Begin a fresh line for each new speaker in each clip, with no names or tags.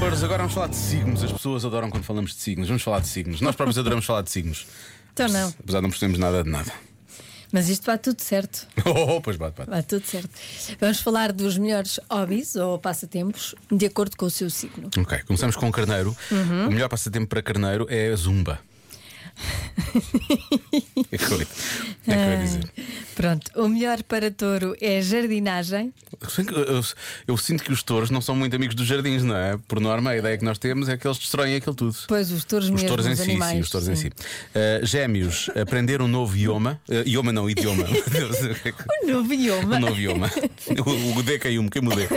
Agora vamos falar de signos. As pessoas adoram quando falamos de signos. Vamos falar de signos. Nós próprios adoramos falar de signos.
Então não,
Apesar de não percebermos nada de nada.
mas isto vai tudo certo.
Oh, pois bate, bate.
Vai tudo certo. Vamos falar dos melhores hobbies ou passatempos de acordo com o seu signo.
Ok, começamos com o carneiro.
Uhum.
O melhor passatempo para carneiro é a zumba. é que eu- é que eu ia dizer.
Ah, Pronto, o melhor para touro é jardinagem.
Sei que Eu, eu- eu sinto que os touros não são muito amigos dos jardins, não é? Por norma, a ideia que nós temos é que eles destroem aquilo tudo.
Pois os touros
Os
mesmo,
touros em si,
animais.
sim, os touros em
sim.
si. Ah, gêmeos, aprender um novo idioma. Ah, idioma não, idioma.
O novo bioma.
é um novo idioma. O, o D caiu-me, quem mudei?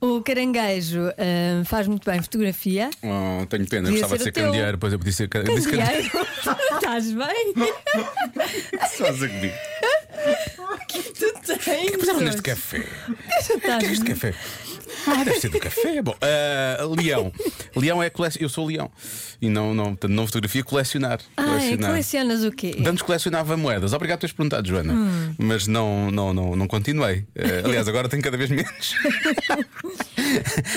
O caranguejo hum, faz muito bem fotografia.
Oh, tenho pena, eu
Podia
gostava de
ser
ser
o teu.
candeeiro, pois eu podia ser ca- eu disse candeeiro.
Candeeiro. Estás bem?
Só dizer que digo. O
Tu tens.
que puseram neste
hoje.
café?
Estás
Que é este café? Ah, deve ser do café. Bom, ah, leão. Leão é colecionar. Eu sou leão. E não, não, portanto, não fotografia, colecionar.
Ah, é, colecionas o quê?
Antes colecionava moedas. Obrigado por teres perguntado, Joana.
Hum.
Mas não, não, não, não continuei. Eh, aliás, agora tenho cada vez menos.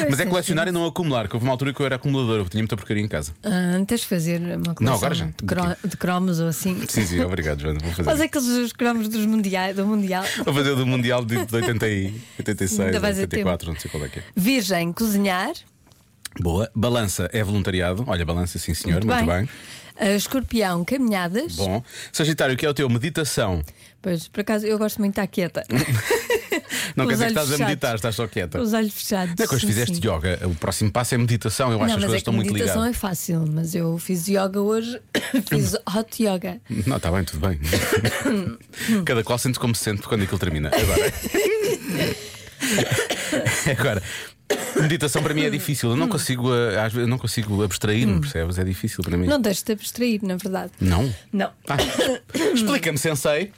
Mas é colecionar e não acumular, que houve uma altura que eu era acumulador, eu tinha muita porcaria em casa.
Ah, tens de fazer uma coleção
Não, agora já.
De, cro- de cromos ou assim. é
Sim, sim, obrigado, Joana. Vou fazer.
Faz aqueles dos cromos dos mundiais, do Mundial.
Vou fazer o do Mundial de de 80 e 86,
Ainda vais a
84, não sei qual é que é.
Virgem, cozinhar.
Boa. Balança é voluntariado. Olha, balança, sim, senhor, muito, bem.
Ah, escorpião, caminhadas.
Bom. Sagitário, que é o teu? Meditação.
Pois, por acaso, eu gosto muito de estar quieta.
Não
Com
quer
os
dizer que estás a
olhos fechados.
meditar, estás só quieta.
Com os olhos fechados.
Não é que hoje
sim,
fizeste
sim.
yoga, o próximo passo é meditação, eu acho
Não,
que as
mas
coisas
é que
estão muito ligadas.
meditação é fácil, mas eu fiz yoga hoje, fiz hot yoga.
Não, está bem, tudo bem. Cada qual sente como se sente quando aquilo termina. Agora. Agora. Meditação para mim é difícil. Eu não
Hum.
consigo, eh, às vezes, eu não consigo abstrair-me, percebes? É difícil para mim.
Não deixes de abstrair, na verdade.
Não?
Não.
Ah, Explica-me, sensei.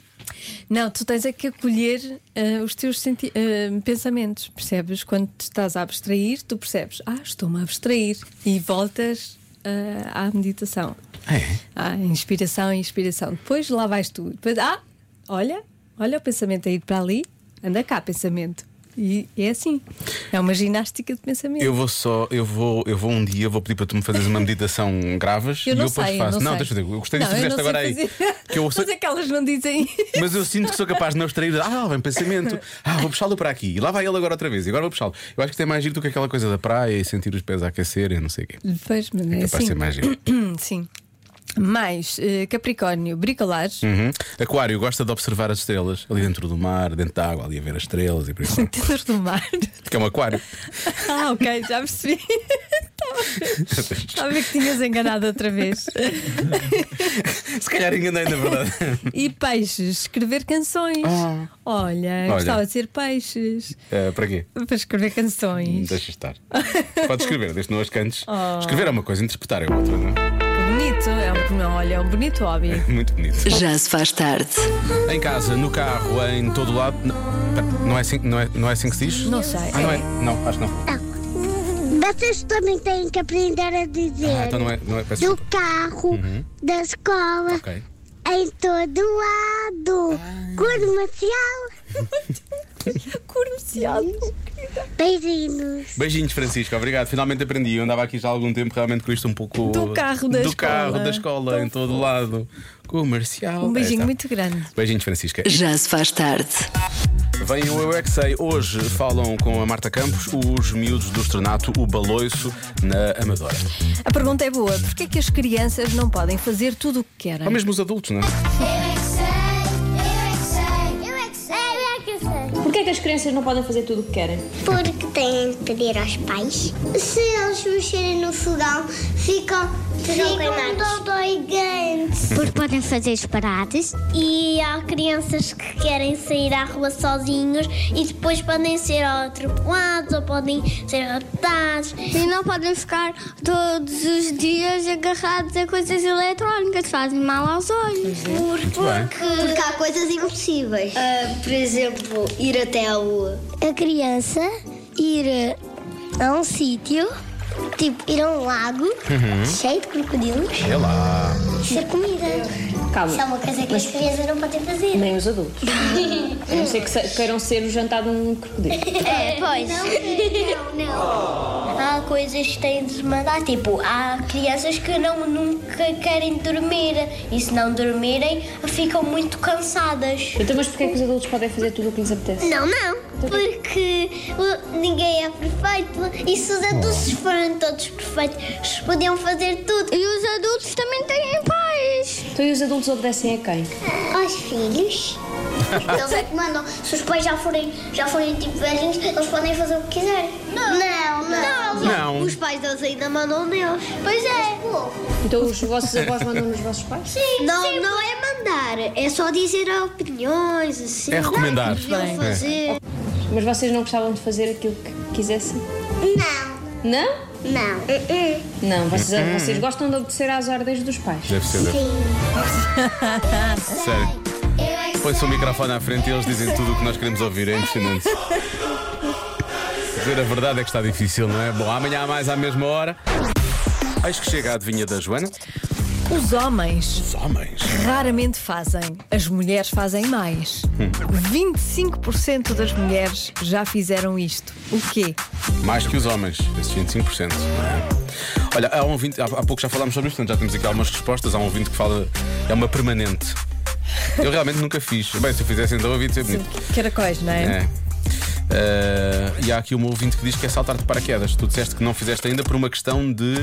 Não, tu tens é que acolher ah, os teus senti- ah, pensamentos, percebes? Quando te estás a abstrair, tu percebes, ah, estou-me a abstrair, e voltas ah, à meditação.
É.
Ah, inspiração, inspiração. Depois lá vais tu. Depois, ah, olha, olha o pensamento a ir para ali, anda cá, pensamento. E é assim. É uma ginástica de pensamento.
Eu vou só, eu vou, eu vou um dia, vou pedir para tu me fazeres uma meditação graves
Eu
e
não
eu depois
sei,
faço.
não sei.
deixa eu fazer. Eu gostei disso
Não,
que
eu
fizeste
não
agora
sei
aí.
fazer.
Que eu sou-
Mas é que elas não dizem.
Mas eu sinto que sou capaz de não abstrair. Ah, vem pensamento. Ah, vou puxá-lo para aqui. E lá vai ele agora outra vez. E agora vou puxá-lo. Eu acho que tem mais giro do que aquela coisa da praia e sentir os pés a aquecer e não sei o quê.
Pois, mas é,
É capaz de
assim.
ser mais giro.
Sim. Mais eh, Capricórnio, bricolage.
Uhum. Aquário gosta de observar as estrelas ali dentro do mar, dentro da água, ali a ver as estrelas e por aí fora.
Tendas do mar.
Porque é um aquário.
Ah, ok, já percebi. Estava a ver que tinhas enganado outra vez.
Se calhar enganei, na verdade.
E peixes, escrever canções.
Ah.
Olha, gostava de ser peixes
Eh, para quê?
para escrever canções.
Deixa estar. Pode escrever, desde não as cantes.
Oh.
Escrever é uma coisa, interpretar é outra, não é?
Bonito, é um, não, olha, é um bonito hobby.
Muito bonito.
Já se faz tarde.
Em casa, no carro, em todo lado. Não, pera, não é, assim, não, é, não é assim que se diz?
Não sei.
Ah, não é? Não, acho que não.
Vocês também têm que aprender a dizer
Ah, então não é. Não é peço
do carro, da escola,
Ok. Ah.
em todo lado. Comercial,
Comercial.
beijinhos.
Beijinhos, Francisco, obrigado. Finalmente aprendi. Eu andava aqui já há algum tempo realmente com isto um pouco.
Do carro da
do
escola.
carro da escola,
Tão
em todo lado. Comercial.
Um beijinho
Aí está.
muito grande.
Beijinhos, Francisca.
Já se faz tarde.
Vem o Eu é Que Sei. Hoje falam com a Marta Campos os miúdos do Estrenato, o Baloiço, na Amadora.
A pergunta é boa: porquê que as crianças não podem fazer tudo o que querem?
Ou mesmo os adultos, não é?
Eu é que sei, eu é que sei, eu é que sei, eu é que sei.
Porquê é que as crianças não podem fazer tudo o que querem?
Porque têm de pedir aos pais. Se eles mexerem no fogão, ficam, ficam doigantes. Porque podem fazer disparates. E há crianças que querem sair à rua sozinhos e depois podem ser atropelados ou podem ser raptados.
E não podem ficar todos os dias agarrados a coisas eletrónicas, fazem mal aos olhos.
Porque há coisas impossíveis.
Ah, por exemplo, ir até à lua.
A criança ir a um sítio, tipo ir a um lago cheio de crocodilos,
É lá.
ser comida.
Calma.
Isso é uma coisa que as crianças não é? podem fazer.
Nem os adultos. A não ser que se- queiram ser o jantar de um crocodilo.
É, pois. Não, não. Há coisas que têm de mandar. Tipo, há crianças que não, nunca querem dormir. E se não dormirem, ficam muito cansadas.
Então, mas porquê é que os adultos podem fazer tudo o que lhes apetece?
Não, não. Porque o- ninguém é perfeito. E se os adultos forem todos perfeitos, podiam fazer tudo.
E os adultos também têm pais.
Então, e os adultos obedecem a quem?
aos filhos. Eles é que mandam. Se os pais já forem, já forem tipo velhinhos, eles podem fazer o que quiserem. Não, não, não.
Não.
Os pais deles ainda mandam neles. Pois é.
Então, os vossos avós mandam nos vossos pais?
Sim, não, não é mandar, é só dizer opiniões, assim.
É recomendar.
Não, fazer.
Mas vocês não gostavam de fazer aquilo que quisessem?
não.
Não?
não.
Não, vocês,
Hum.
vocês gostam de obedecer às ordens dos pais.
Deve ser. deve- Sério.
é
Põe-se o microfone à frente e eles dizem tudo o que nós queremos ouvir. É impressionante. Dizer a verdade é que está difícil, não é? Bom, amanhã há mais à mesma hora. Acho que chega a adivinha da Joana.
Os homens
Os homens.
raramente fazem, as mulheres fazem mais. 25% das mulheres já fizeram isto. O quê?
Mais que os homens, esses 25%. Não é? Olha, há, um ouvinte, há, há pouco já falámos sobre isto, portanto já temos aqui algumas respostas. Há um ouvinte que fala, é uma permanente. Eu realmente nunca fiz. Bem, se eu fizesse então, ouvinte ser bonito.
Caracóis, não é?
É. Ah, e há aqui um ouvinte que diz que é saltar de paraquedas. Tu disseste que não fizeste ainda por uma questão de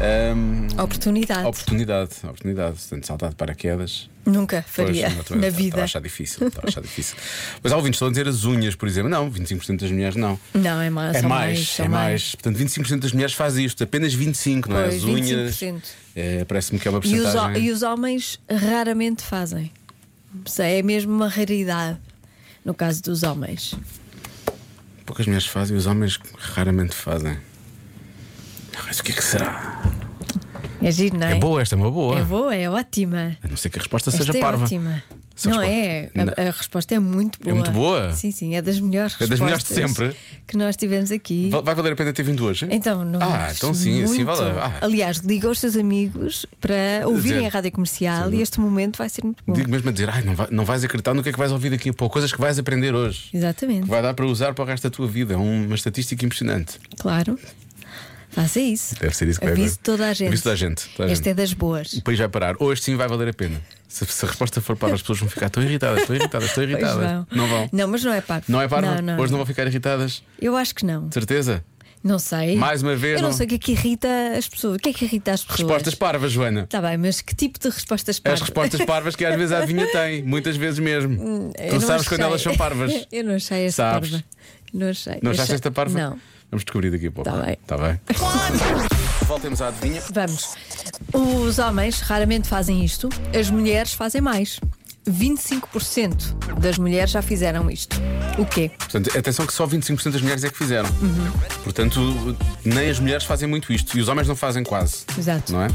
ehm, ahm,
Oportunidade.
oportunidade. Oportunidade. Portanto, saltar de paraquedas.
Nunca
Pois,
faria
eu também estava- Estava
na
a
vida.
achar difícil. Estava a achar difícil. Mas há ouvintes que estão a dizer as unhas, por exemplo. Não, 25% das mulheres não.
Não, é mais.
É
são
mais,
são
é mais. Portanto, 25% das mulheres faz isto, apenas 25%, não é?
Pois,
As unhas.
25%.
é, Parece-me que é uma
E os,
porcentagem.
e os homens raramente fazem. Isso É mesmo uma raridade no caso dos homens.
Poucas mulheres fazem, os homens raramente fazem. Ah, Mas o que é que será?
É giro, não é?
É boa, esta é uma boa.
É boa, é ótima.
A não ser que a resposta
Esta
seja
é
parva.
ótima.
Se a
Não é?
resposta-
A, a resposta é muito boa.
muito boa?
Sim, sim, é das melhores
É das melhores de
respostas
sempre.
que nós tivemos aqui.
Va- Vai valer a pena ter vindo hoje?
Então, não
Ah,
acho
então sim, assim
muito.
vale. Ah,
Aliás, liga aos seus amigos para ouvirem
Dizer-
a rádio comercial e este momento vai ser muito bom.
digo mesmo a dizer, ai, não, vai- não vais acreditar no que é que vais ouvir daqui a pouco, coisas que vais aprender hoje.
Exatamente,
que Vai dar para usar para o resto da tua vida. É uma estatística impressionante.
claro. Faça isso.
Deve ser isso que vai
Avise
haver.
toda a gente.
Avise toda a gente, toda a
Esta
gente.
é das boas.
O país vai parar. Hoje sim vai valer a pena. Se, se a resposta for parva, as pessoas vão ficar tão irritadas, tão irritadas, tão
Pois
irritadas.
vão.
Não vão.
Não, mas não é parvo.
Não é parva?
Não, não.
Hoje não vão ficar irritadas.
Eu acho que não.
De certeza?
Não sei.
Mais uma vez,
Eu não,
não-
sei o que é que irrita as pessoas. O que é que irrita as pessoas?
Respostas parvas, Joana.
Tá bem, mas que tipo de respostas
As
parvas?
respostas parvas que às vezes a adivinha tem, muitas vezes mesmo.
Hum, Eu
tu
não
sabes quando
achei.
elas são parvas.
Eu não achei esta
Sabes.
parva. Não achei.
Não
Achei-
achaste esta parva?
Não.
Vamos descobrir daqui a pouco.
Tá bem.
Tá bem. Voltemos à adivinha.
Vamos. Os homens raramente fazem isto, as mulheres fazem mais. 25% das mulheres já fizeram isto. O quê?
Portanto, atenção que só 25% das mulheres é que fizeram. Portanto, nem as mulheres fazem muito isto e os homens não fazem quase.
Exato.
Não é?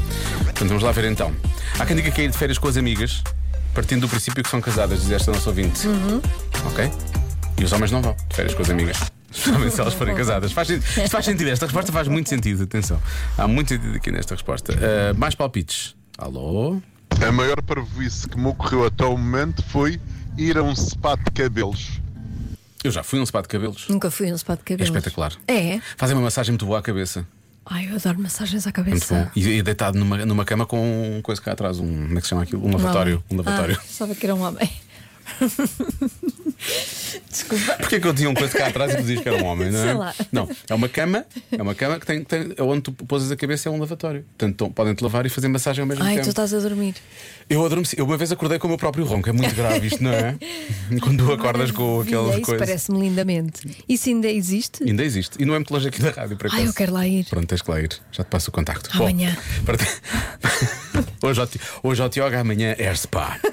Portanto, vamos lá ver então. Há quem diga que é ir de férias com as amigas, partindo do princípio que são casadas, diz esta nossa ouvinte.
Uhum.
Ok? E os homens não vão de férias com as amigas. Especialmente se elas forem casadas. Faz, sen- isto faz sentido, esta resposta faz muito sentido, atenção. Há muito sentido aqui nesta resposta. Ah, mais palpites. Alô?
A maior parvoíce que me ocorreu até o momento foi ir a um spa de cabelos.
Eu já fui a um spa de cabelos.
Nunca fui a um spa de
É
cabelo.
espetacular.
É?
Fazem uma massagem muito boa à cabeça.
Ai, eu adoro massagens à
Muito
cabeça.
bom. E, e deitado numa, numa cama com um coisa cá atrás, um. Como é que se chama aquilo? Um lavatório. Um lavatório.
Ah, sabia que era um homem. Desculpa.
Porquê que eu tinha um coisa cá atrás e tu dizias que era um homem, não é?
Ah. Sei lá.
Não, é uma cama, é uma cama que tem, tem- onde tu pôs a cabeça é um lavatório. Portanto, tão- podem-te lavar e fazer massagem ao mesmo
Ai,
tempo.
tu tá- estás a dormir.
Eu adormeci, eu uma vez acordei com o meu próprio ronco, é muito grave isto, não é? Quando tu acordas com
Maravilha,
aquela
é Isso
coisa.
parece-me lindamente. Isso ainda existe?
Ainda existe. E não é muito longe aqui da rádio, para
Ai, eu quero lá ir.
Pronto, tens que lá ir. Já te passo o contacto.
Amanhã.
Bom, part- hoje, ao ti- hoje ao Tioga, amanhã é spa.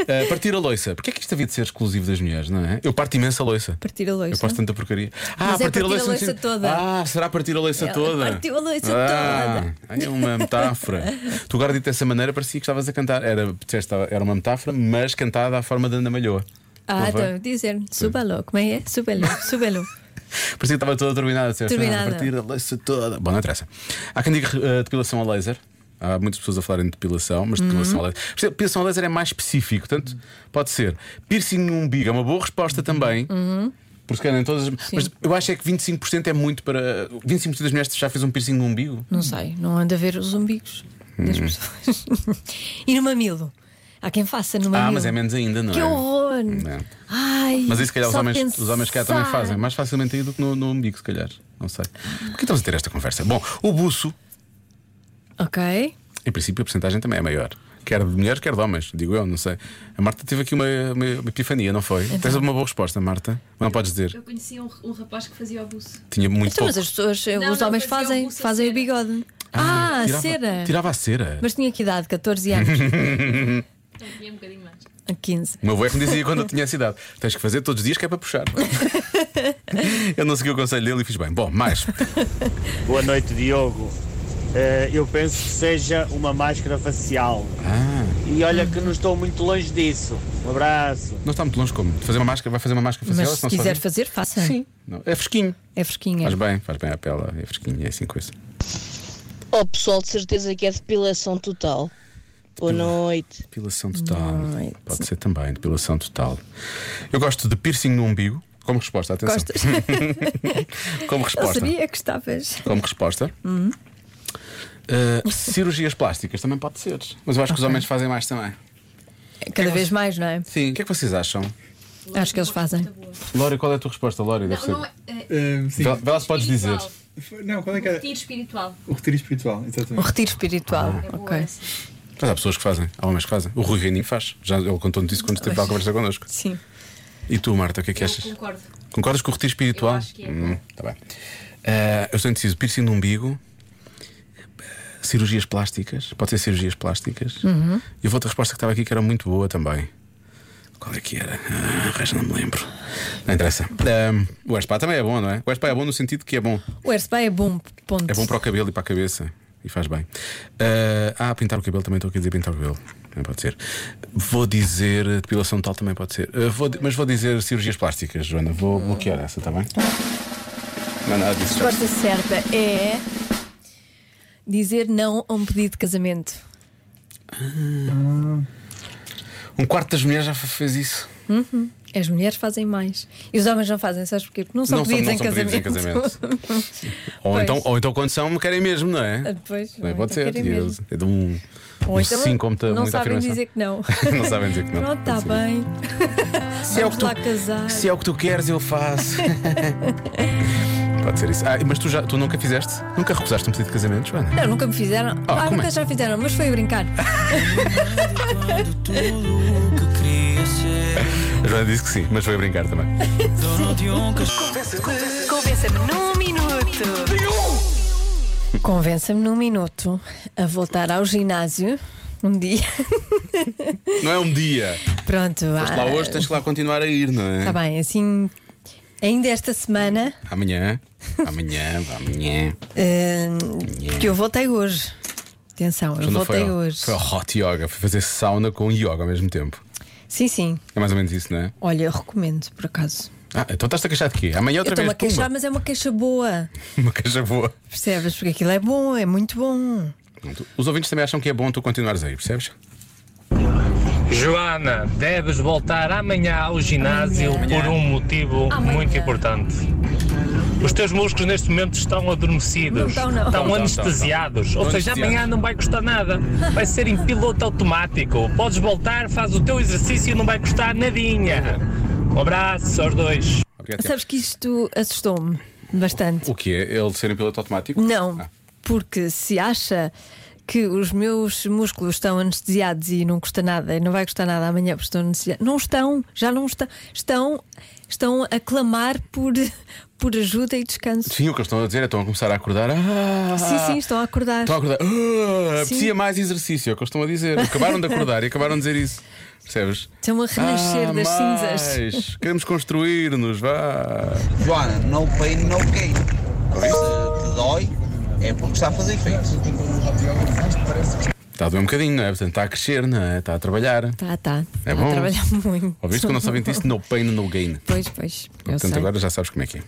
Uh, partir a loiça. Porquê é que isto havia de ser exclusivo das mulheres, não é? Eu parto imensa loiça.
Partir a loiça.
Eu posso tanta porcaria. Ah,
Mas é partir a
no
loiça
sentido-
toda.
Ah, será partir a loiça
Ela
toda?
partiu a loiça
ah, toda. É uma metáfora. tu agora dito dessa maneira parecia que estavas a cantar. Era, disseste, era uma metáfora, mas cantada à forma da Ana Malhoa.
Ah,
Não foi?
então, dizer-me, súbalo, como é? Súbelo, súbelo.
Parecia é que estava toda turbinada, certo?
Turbinada.
A partir a laser toda. Bom, não interessa. Há quem diga eh, depilação a laser. Há muitas pessoas a falarem de depilação, mas depilação
Uhum.
a laser. Por exemplo, Depilação a laser é mais específico, portanto, pode ser. Piercing no umbigo é uma boa resposta também.
Uhum.
Porque se calhar nem todas. as- Mas eu acho é que 25% é muito para. 25% das mulheres já fez um piercing no umbigo?
Não sei, não anda a ver os umbigos das
Hum.
pessoas. e no mamilo. Há quem faça no mamilo.
Ah, mas é menos ainda, não
Que
é?
horror!
Não.
Ai,
Mas isso, se calhar, os
só
homens, os
pensar.
homens cá também fazem. Mais facilmente aí do que no, no umbigo, se calhar. Não sei. Por que estamos a ter esta conversa? Bom, o buço.
Ok.
Em princípio, a porcentagem também é maior. Quer de mulheres, quer de homens, digo eu, não sei. A Marta teve aqui uma, uma- uma epifania, não foi?
Então.
Tens uma boa resposta, Marta? Não podes dizer.
Eu conhecia um, um rapaz que fazia abuso.
Tinha muito
Então,
pouco.
mas as pessoas,
Não,
os
não,
homens
fazia o
fazem,
buço a
fazem o
cera.
bigode. Ah,
tirava,
cera.
Tirava a cera.
Mas tinha que idade, 14 anos.
Então, tinha um bocadinho mais.
A 15.
O meu avô é que me dizia quando eu tinha essa idade: tens que fazer todos os dias que é para puxar. eu não segui o conselho dele e fiz bem. Bom, mais.
Boa noite, Diogo. Eh, eu penso que seja uma máscara facial.
Ah.
E olha que não estou muito longe disso. Um abraço.
Não está muito longe como. Fazer uma máscara, vai fazer uma máscara facial?
Mas se
não
quiser
faz-
fazer, faça.
Sim. Não, é fresquinho.
É fresquinha.
Faz bem, faz bem à pele, é fresquinho, é assim coisa.
Oh pessoal, de certeza que é depilação total. Boa noite.
Depilação total.
Noite.
Pode ser também, depilação total. Eu gosto de piercing no umbigo. Como resposta, atenção.
Gostas?
Como
Eu
resposta.
sabia que estavas.
Como resposta. Uh, cirurgias plásticas também pode ser. Mas eu acho que os homens fazem mais também.
Cada vez mais, não é?
Sim. O que é que vocês acham?
Acho que eles fazem.
Lória, qual é a tua resposta, Lória? Deve
Não,
ser.
não é. é
Vê-
Eh,
vê lá se podes dizer.
espiritual.
Não, qual é que era?
Retiro espiritual.
O retiro espiritual,
Um
exatamente.
retiro espiritual.
Ah.
Boa
ok.
essa.
Mas há pessoas que fazem, há homens que fazem. O Rui Reininho faz. Já ele contou-nos isso quando esteve lá a conversar connosco.
Sim.
E tu, Marta, o que é que achas?
Eu concordo.
Concordas com o retiro espiritual?
Eu acho que é.
Hum, tá bem. Ah, eu estou indeciso. Piercing no umbigo, ah, cirurgias plásticas. Pode ser cirurgias plásticas.
Uhum.
E houve outra resposta que estava aqui que era muito boa também. Qual é que era? Ah, o resto não me lembro. Não interessa. Ah, o Airspá também é bom, não é? O Airspá é bom no sentido que é bom.
O Airspa é bom, ponto.
É bom para o cabelo e para a cabeça. E faz bem. ah, ah, pintar o cabelo também estou aqui a dizer pintar o cabelo. Também pode ser. Vou dizer. Depilação total também pode ser. Ah, vou di- mas vou dizer cirurgias plásticas, Joana. Vou bloquear essa, está bem? Não, é nada disso.
A resposta certa é dizer não a um pedido de casamento.
Um quarto das mulheres já fa- fez isso.
As mulheres fazem mais. E os homens não fazem, sabes porquê? Porque não são
Não são-
pedidos,
não
em,
são pedidos
casamento.
em Ou
Pois.
então, ou então, quando são, me querem mesmo, não é?
Depois,
Também pode ser.
querem mesmo.
Eu dou um.
Ou
um
então
sim, como muita
não
muita
sabem
afirmação.
dizer que não.
Não sabem dizer que não.
Pronto, está
Pode ser.
bem.
Se é, o que
Vamos lá
tu,
casar.
se é o que tu queres, eu faço. Pode ser isso. Ah, mas tu, já, tu nunca fizeste? Nunca recusaste um pedido de casamento, Joana?
Não, nunca me fizeram.
Ah,
Ah,
como
nunca
é?
já fizeram, mas foi a brincar.
A Joana disse que sim, mas foi a brincar também.
Convença-me num minuto.
Convença-me num minuto a voltar ao ginásio um dia.
Não é um dia.
Pronto,
Foste lá hoje, tens que lá continuar a ir, não é?
Está bem, assim. Ainda esta semana,
Amanhã. Amanhã, vá, amanhã.
ah, que eu voltei hoje. Atenção, eu
Joana
voltei
foi, ao-
hoje.
Foi ao hot yoga, foi fazer sauna com yoga ao mesmo tempo.
Sim, sim.
É mais ou menos isso, não é?
Olha, eu recomendo, por acaso.
Ah, então estás-te a queixar de quê? Amanhã
eu
outra
estou-me
vez.
a queixar,
pumba.
mas é uma queixa boa.
Uma queixa boa.
Percebes? Porque aquilo é bom, é muito bom.
Os ouvintes também acham que é bom tu continuares aí, percebes?
Joana, deves voltar amanhã ao ginásio por um motivo muito importante. Os teus músculos neste momento estão adormecidos,
Não estão, não. Estão,
estão
estão,
anestesiados.
estão, estão.
Ou seja, amanhã não vai custar nada. Vai ser em piloto automático. Podes voltar, faz o teu exercício e não vai custar nadinha. Um abraço aos dois.
Sabes que isto assustou-me bastante.
O que é? Ele ser em piloto automático? Ah.
Não, porque se acha que os meus músculos estão anestesiados e não custa nada, e não vai custar nada amanhã porque estão anestesiados. Não estão, já não estão. Estão, estão a clamar por, por ajuda e descanso.
Sim, o que eles estão a dizer é estão a começar a acordar. Ah,
sim, sim, estão a acordar.
Estão a acordar. Ah,
Sim.
precisa mais exercício, é o que eles estão a dizer. Acabaram de acordar e acabaram de dizer isso. Percebes?
Estão a renascer
Ah,
das
mais.
cinzas.
Queremos construir-nos, vá.
Joana, no pain, no gain. Se te dói, é porque está a fazer efeito.
Está a doer um bocadinho, não é? Portanto, está a crescer, não é? Está a trabalhar.
Tá, tá.
É
Estão
bom.
a trabalhar muito.
Ouviste quando o nosso ouvinte disse no pain, no gain.
Pois, pois. eu
Portanto,
sei.
agora já sabes como é que é.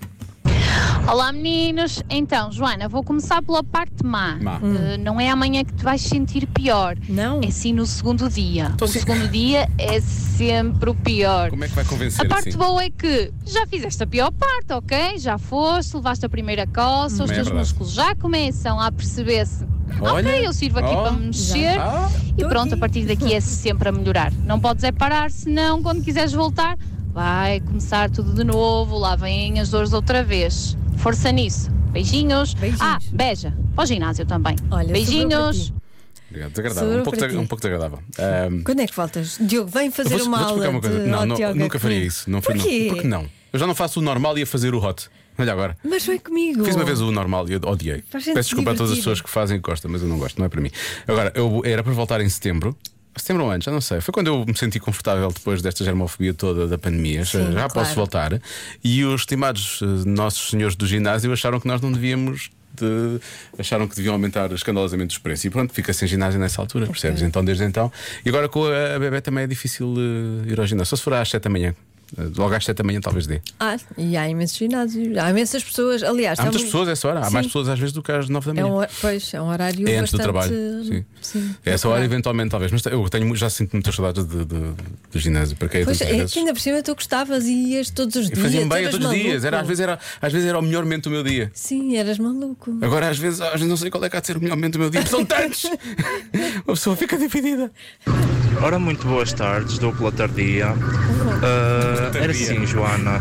Olá meninos, então Joana, vou começar pela parte má.
Má.
Hum.
Eh, não é amanhã que te vais sentir pior.
Não.
É sim no segundo dia. o segundo dia é sempre o pior.
Então, Como é que vai convencer
A parte
assim?
boa é que já fizeste a pior parte, ok? Já foste, levaste a primeira coça,
Hum,
os
é
teus
verdade.
músculos já começam a perceber-se.
Olha,
Ok, eu sirvo aqui
oh,
para me
já.
mexer
Ah,
e pronto, a partir daqui é sempre a melhorar. Não podes é parar, senão quando quiseres voltar, vai começar tudo de novo, lá vêm as dores outra vez. Força nisso. Beijinhos. Ah, beija. Para o ginásio também. Beijinhos.
Obrigado, desagradável. Um
Sobrou
pouco,
para
desa-
ti.
um pouco desagradável. Ahm,
Quando é que voltas? Diogo, vem fazer
vou,
uma
vou
aula.
explicar uma coisa.
de
não,
hot
não,
yoga
nunca faria
comigo.
isso. Não, fui- não.
Porquê?
Porque não. Eu já não faço o normal e a fazer o hot. Olha agora.
Mas vem comigo.
Fiz uma vez o normal e eu odiei. Peço
Faz gente
desculpa a todas as
divertida.
pessoas que fazem e gostam, mas eu não gosto, não é para mim. Agora, eu era para voltar em setembro. Setembro ou antes, já não sei. Foi quando eu me senti confortável depois desta germofobia toda da pandemia. já
Sim,
já posso
claro.
voltar. E os estimados eh, nossos senhores do ginásio acharam que nós não devíamos. de- acharam que deviam aumentar escandalosamente os preços e pronto, fica sem ginásio nessa altura, percebes? Então, desde então. E agora com a, a bebê também é difícil eh, ir ao ginásio, só se for às 7 da manhã. Eh, Logo às 7 da manhã, talvez dê.
Ah, e há imensos ginásios, há imensas pessoas. Aliás,
Há
é
muitas
um-
pessoas a essa hora, há mais
Sim.
pessoas às vezes do que às 9 da
É
manhã.
um, hor- pois, é um horário
É antes do
bastante,
trabalho, sim.
sim.
É Essa hora, eventualmente, talvez, mas eu tenho, já sinto muitas saudades de, de- de ginásio, para quem
Pois
tantas
é
vezes.
que ainda por cima tu gostavas e ias todos os
E
dias.
fazia-me bem a
eras
todos os dias,
maluco.
era, às, vezes era, às vezes era o melhor momento do meu dia.
Sim, eras maluco.
Agora, às vezes, às vezes não sei qual é que há de ser o melhor momento do meu dia, porque são tantos! a pessoa fica dividida.
Ora, muito boas tardes, dou pela tardia. Ah,
Tardia.
era assim, Joana.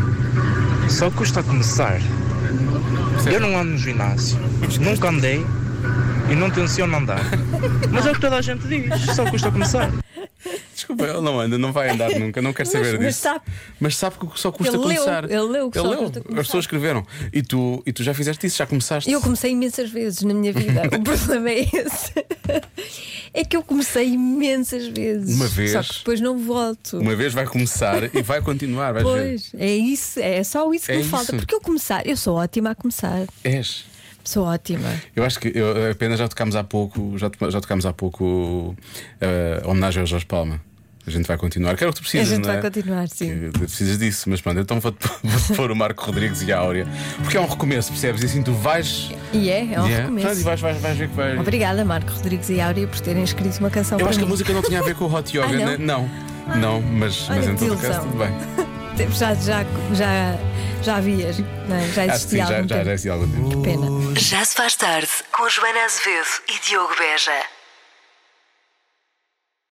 Só custa a começar. Eu não ando no ginásio. Nunca andei e não tenciono andar. Mas é o que toda a gente diz, só custa a começar.
Desculpa, ele não anda, não vai andar nunca, não quer saber
Mas- mas
disso.
sabe-
Mas sabe que só custa
Ele leu,
começar.
ele leu que só custa começar.
As pessoas escreveram. E tu, e tu já fizeste isso, já começaste.
Eu comecei imensas vezes na minha vida. o problema é esse. É que eu comecei imensas vezes.
Uma vez.
Só que depois não volto.
Uma vez vai começar e vai continuar, vais ver.
Pois, é isso, é só isso que
É
me falta.
isso.
Porque eu começar, eu sou ótima a começar.
És.
Sou ótima.
Eu acho que eu, apenas já tocámos há pouco, já, to- já tocámos há pouco eh, a homenagem ao Jorge Palma. A gente vai continuar, que era o que tu precisas,
a gente
não é?
vai continuar, sim.
Eh, Precisas disso, mas pronto, então vou-te vou-te pôr o Marco Rodrigues e a Áurea, porque é um recomeço, percebes? E assim tu vais.
E é, é um
Yeah. Pronto, e
recomeço.
vais, vais, vais ver que vai.
Obrigada, Marco Rodrigues e Áurea, por terem escrito uma canção
Eu
para
acho que a
mim.
música não tinha a ver com o Hot Yoga, né?
Ah, não?
não, não, mas,
Olha
mas em
que
todo caso,
ilusão.
tudo bem.
Já, já, já, já havias, não é? já
Acho que Ah, sim,
existia
já,
algum
já, já
tempo.
existe há algum tempo.
Pena.
Já se faz tarde com Joana Azevedo e Diogo Beja.